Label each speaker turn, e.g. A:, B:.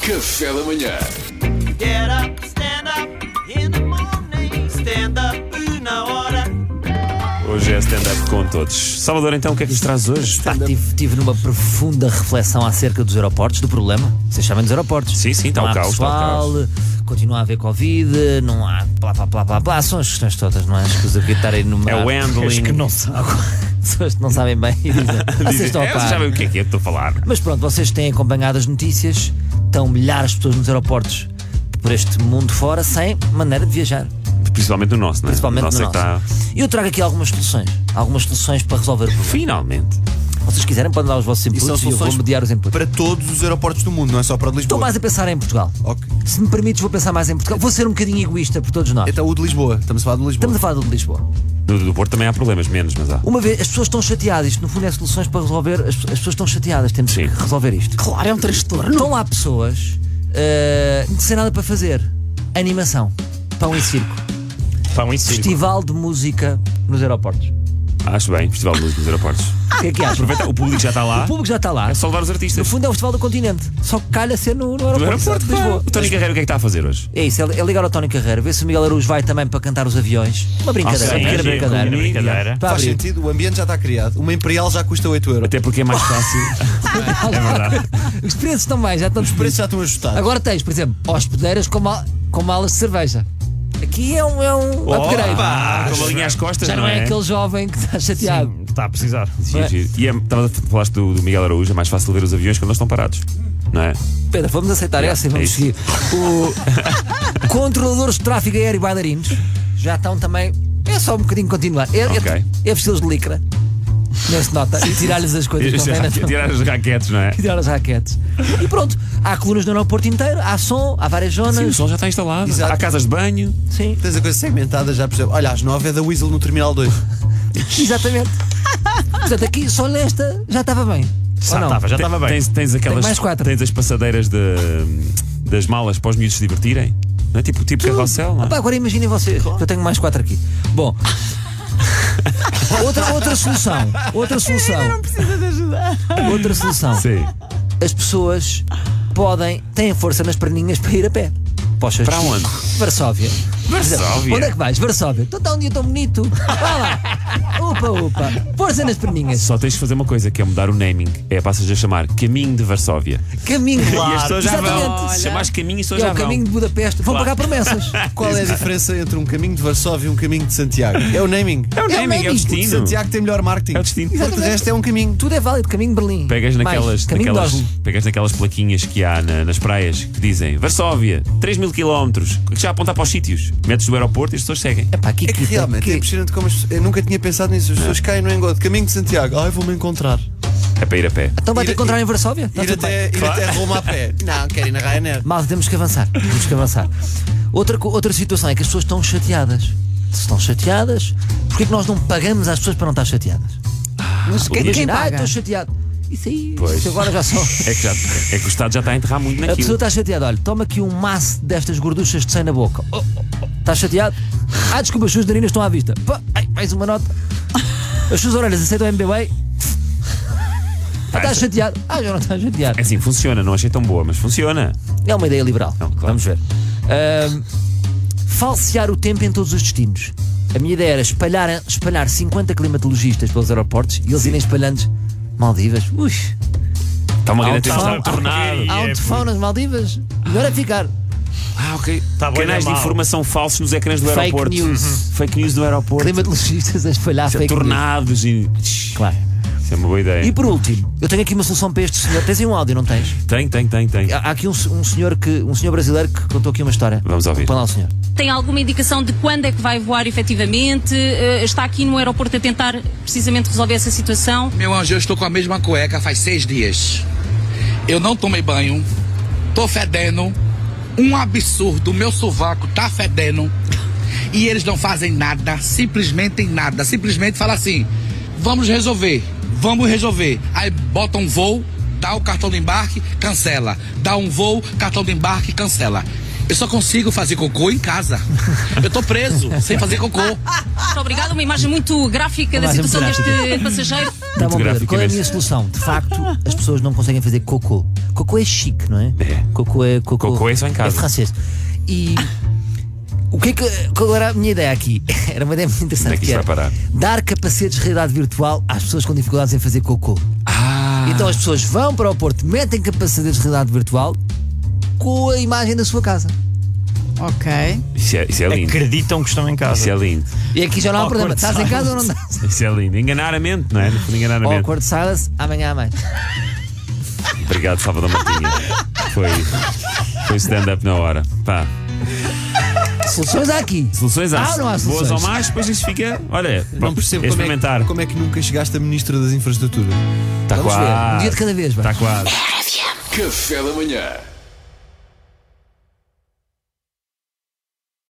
A: Café da manhã.
B: Get up, stand up in the morning. Stand up na hora.
C: Hoje é stand-up com todos. Salvador, então, o que é que nos traz hoje?
D: Pá, tive, tive numa profunda reflexão acerca dos aeroportos, do problema. Vocês sabem dos aeroportos.
C: Sim, sim, está
D: não
C: o
D: há
C: caos, está o
D: pessoal, continua a haver Covid, não há blá blá blá blá blá. São as questões todas, não é? As coisas que estarem numa.
C: É o handling.
D: que não sabem. Pessoas que não sabem bem e dizem. Vocês
C: Dizem,
D: estão a
C: "É,
D: par."
C: vocês sabem o que é que eu estou a falar.
D: Mas pronto, vocês têm acompanhado as notícias, estão milhares de pessoas nos aeroportos por este mundo fora sem maneira de viajar.
C: Principalmente o nosso, não é?
D: Principalmente
C: o nosso
D: no
C: é que
D: nosso.
C: está.
D: Eu trago aqui algumas soluções. Algumas soluções para resolver o problema.
C: Finalmente.
D: Se vocês quiserem, podem dar os vossos
E: E são
D: inputs e, eu vou
E: soluções
D: mediar os inputs.
E: para todos os aeroportos do mundo, não é só para o de
D: Estou
E: Lisboa.
D: mais a pensar em Portugal.
E: Ok.
D: Se me permites, vou pensar mais em Portugal. Vou ser um bocadinho egoísta por todos nós.
E: Então o de Lisboa, estamos a falar de Lisboa.
D: Estamos a falar do de Lisboa.
C: No do Porto também há problemas, menos, mas há.
D: Uma vez, as pessoas estão chateadas. Isto, no fundo, é soluções para resolver. As, as pessoas estão chateadas. Temos
C: Sim.
D: que resolver isto.
F: Claro, é um transtorno.
D: Estão lá pessoas eh, sem nada para fazer. Animação. Pão e circo.
C: Pão e circo.
D: Festival de música nos aeroportos.
C: Acho bem, Festival de Luz nos Aeroportos.
D: O que é que
E: Ah,
D: achas?
C: Aproveita, o público já está lá.
D: O público já está lá.
C: É só levar os
D: No
C: artistas.
D: fundo, é o Festival do Continente. Só que calha ser no, no
C: Do
D: aeroporto,
C: aeroporto,
D: de Lisboa.
C: O Tony Carreiro, o que é que está a fazer hoje?
D: É isso, é é ligar ao Tony Carreira, ver se o Miguel Araújo vai também para cantar os aviões. Uma brincadeira,
C: Ah, sim,
D: uma pequena
C: sim,
D: brincadeira.
C: uma brincadeira.
D: Para
E: Faz
D: abrir.
E: sentido, o ambiente já está criado. Uma Imperial já custa 8 euros.
C: Até porque é mais fácil. é verdade.
D: Os preços estão mais, já estão
E: Os preços já estão ajustados.
D: Agora tens, por exemplo, hospedeiras com, mal, com malas de cerveja. Aqui é um, é um upgrade.
C: Opa, Ah, com a linha às costas,
D: Já não é, aquele jovem que está chateado.
C: Está a precisar. E é, estava a falar do, do Miguel Araújo, é mais fácil ver os aviões quando eles estão parados. Não é?
D: Pedro, vamos aceitar
C: Yeah,
D: essa e
C: é
D: vamos
C: isso.
D: seguir. O... Controladores de tráfego aéreo e bailarinos já estão também. É só um bocadinho continuar. É,
C: Ok.
D: é, é vesti-los de licra, não se nota, e tirar-lhes as coisas. convém, não é?
C: Tirar as raquetes, não é?
D: tirar as raquetes. E pronto, há colunas no aeroporto inteiro, há som, há várias
C: Sim, o
D: zonas.
C: sol já está instalado.
E: Exato.
C: Há casas de banho.
D: Sim,
E: Tens a coisa segmentada já, por exemplo. Olha, às 9 é da Weasel no Terminal 2.
D: exatamente. Portanto, aqui só nesta já estava bem. Ou não?
C: já estava bem. Tens, tens aquelas.
D: mais quatro.
C: Tens as passadeiras de, das malas para os miúdos se divertirem. Não é? Tipo, tipo carrossel, não é?
D: Opa, agora imaginem vocês, que eu tenho mais quatro aqui. Bom. Outra, outra solução. Outra solução. não precisa de ajudar. Outra solução.
C: Sim.
D: As pessoas podem, têm força nas perninhas para ir a pé. Poxa,
C: Para onde?
D: Varsóvia.
C: Varsóvia?
D: Onde é que vais? Varsóvia. Então está um dia tão bonito. Vá lá. Upa, upa. Força nas perninhas.
C: Só tens de fazer uma coisa, que é mudar o naming. É, passas a chamar Caminho de Varsóvia.
D: Caminho.
C: E as pessoas já vão.
D: Exatamente.
C: Se chamares caminho, as pessoas
D: É
C: já
D: o
C: vão.
D: caminho de Budapeste. Vão pagar promessas.
E: Qual é a diferença entre um caminho de Varsóvia e um caminho de Santiago? É o naming.
C: É o naming, é o
D: naming.
E: O de
C: destino.
E: Santiago tem melhor marketing.
C: É o destino.
E: Porque de resto é um caminho.
D: Tudo é válido. Caminho de Berlim.
C: Pegas
D: Mais,
C: naquelas,
D: caminho de
C: naquelas,
D: Oslo.
C: pegas naquelas plaquinhas que há na- nas praias que dizem Varsóvia, 3 mil quilómetros, que já aponta para os sítios. Metes do aeroporto e as pessoas seguem.
D: Epá, aqui,
E: É que
D: aqui,
E: realmente é
D: aqui.
E: impressionante como as pessoas- Eu nunca tinha pensado nisso. As pessoas caem no engodo. Caminho de Santiago. Ai, vou-me encontrar.
C: É para ir a pé.
D: Então vai ter que
E: Ir-
D: encontrar em Varsóvia? Está
E: Ir
D: tudo bem.
E: até, ir até Roma a pé. Não, quero ir na Ryanair.
D: Mal, temos que avançar. Temos que avançar. Outra, co- outra situação é que as pessoas estão chateadas. Se estão chateadas, porquê é que nós não pagamos às pessoas para não estar chateadas?
F: Mas quem, quem
D: ah,
F: paga?
D: estou chateado. Isso aí,
C: Pois.
D: isso agora já só.
C: É que, já, é que o Estado já está a enterrar muito
D: A pessoa
C: naquilo.
D: está chateada, olha, toma aqui um maço destas gorduchas de 100 na boca. Oh, oh, oh. Estás chateado? Ah, desculpa, as suas narinas estão à vista. Pá, ai, mais uma nota. As suas orelhas aceitam MBA? Ah, estás chateado? Ah, já não estás chateado.
C: assim, É assim, funciona, não achei tão boa, mas funciona.
D: É uma ideia liberal.
C: Não, claro.
D: Vamos ver. Ahm, falsear o tempo em todos os destinos. A minha ideia era espalhar, espalhar 50 climatologistas pelos aeroportos e eles irem espalhando Maldivas. Ui,
C: Está uma grande
D: Alto
C: atenção.
D: som.
C: é
D: há um tufão nas Maldivas. Melhor é ficar.
C: Ah, ok. Canais de informação falsos nos ecrãs do
D: Fake
C: aeroporto. Uhum.
D: news.
C: Fake news do aeroporto.
D: Climatologistas a espalhar
C: Isso é
D: fake news.
C: tornados e. Shhh,
D: Claro.
C: Isso é uma boa ideia.
D: E por último, eu tenho aqui uma solução para este senhor. Tens aí um áudio, não tens?
C: Tem, tem, tem, tem.
D: Há há aqui um, um senhor que, um senhor brasileiro que contou aqui uma história.
C: Vamos ouvir.
D: Põe lá o senhor.
G: Tem alguma indicação de quando é que vai voar efetivamente? Eh, Está aqui no aeroporto a tentar precisamente resolver essa situação?
H: Meu anjo, eu estou com a mesma cueca faz seis dias. Eu não tomei banho, tô fedendo, um absurdo, meu sovaco tá fedendo. E eles não fazem nada, simplesmente nada. Simplesmente fala assim: vamos resolver, vamos resolver. Aí bota um voo, dá o cartão de embarque, cancela. Dá um voo, cartão de embarque, cancela. Eu só consigo fazer cocô em casa. Eu tô preso, sem fazer cocô.
G: Muito obrigada, uma imagem muito gráfica da
D: Imagem
G: situação
D: muito
G: deste passageiro.
D: Tá bom, Pedro.
C: gráfico
D: Qual é a
C: nesse.
D: minha solução? De facto, as pessoas não conseguem fazer cocô. Cocô é chique, não é?
C: É.
D: Cocô é. Cocô,
C: Cocô é só em casa.
D: É francês. E. O que é que. Qual era a minha ideia aqui? Era uma ideia muito interessante.
C: Onde é que isto
D: era
C: vai parar?
D: Dar capacetes de realidade virtual às pessoas com dificuldades em fazer cocô.
C: Ah,
D: Então as pessoas vão para o Porto, metem capacetes de realidade virtual com a imagem da sua casa.
F: Ok.
C: isso é, isso é lindo.
A: Acreditam que estão em
C: Isso é
A: casa.
C: lindo.
D: E aqui já não há
A: Awkward
D: problema. Estás em casa ou não estás?
C: Isso é lindo. Enganar a mente, não é? No fundo, Enganar a mente.
D: Awkward silence, amanhã há mais.
C: Obrigado, Salvador Martinha. Foi, foi stand-up na hora. Pá.
D: Soluções há aqui.
C: Soluções há.
D: Ah, não há
C: Boas ou
D: soluções.
C: más, depois isto fica. Olha,
E: Não percebo
C: é
E: como é,
C: experimentar.
E: que, como é que nunca chegaste a Ministra das Infraestruturas.
C: Está
D: Vamos ver. Um dia
C: quase.
D: de cada vez, vai.
C: Está quase.
I: Café da manhã.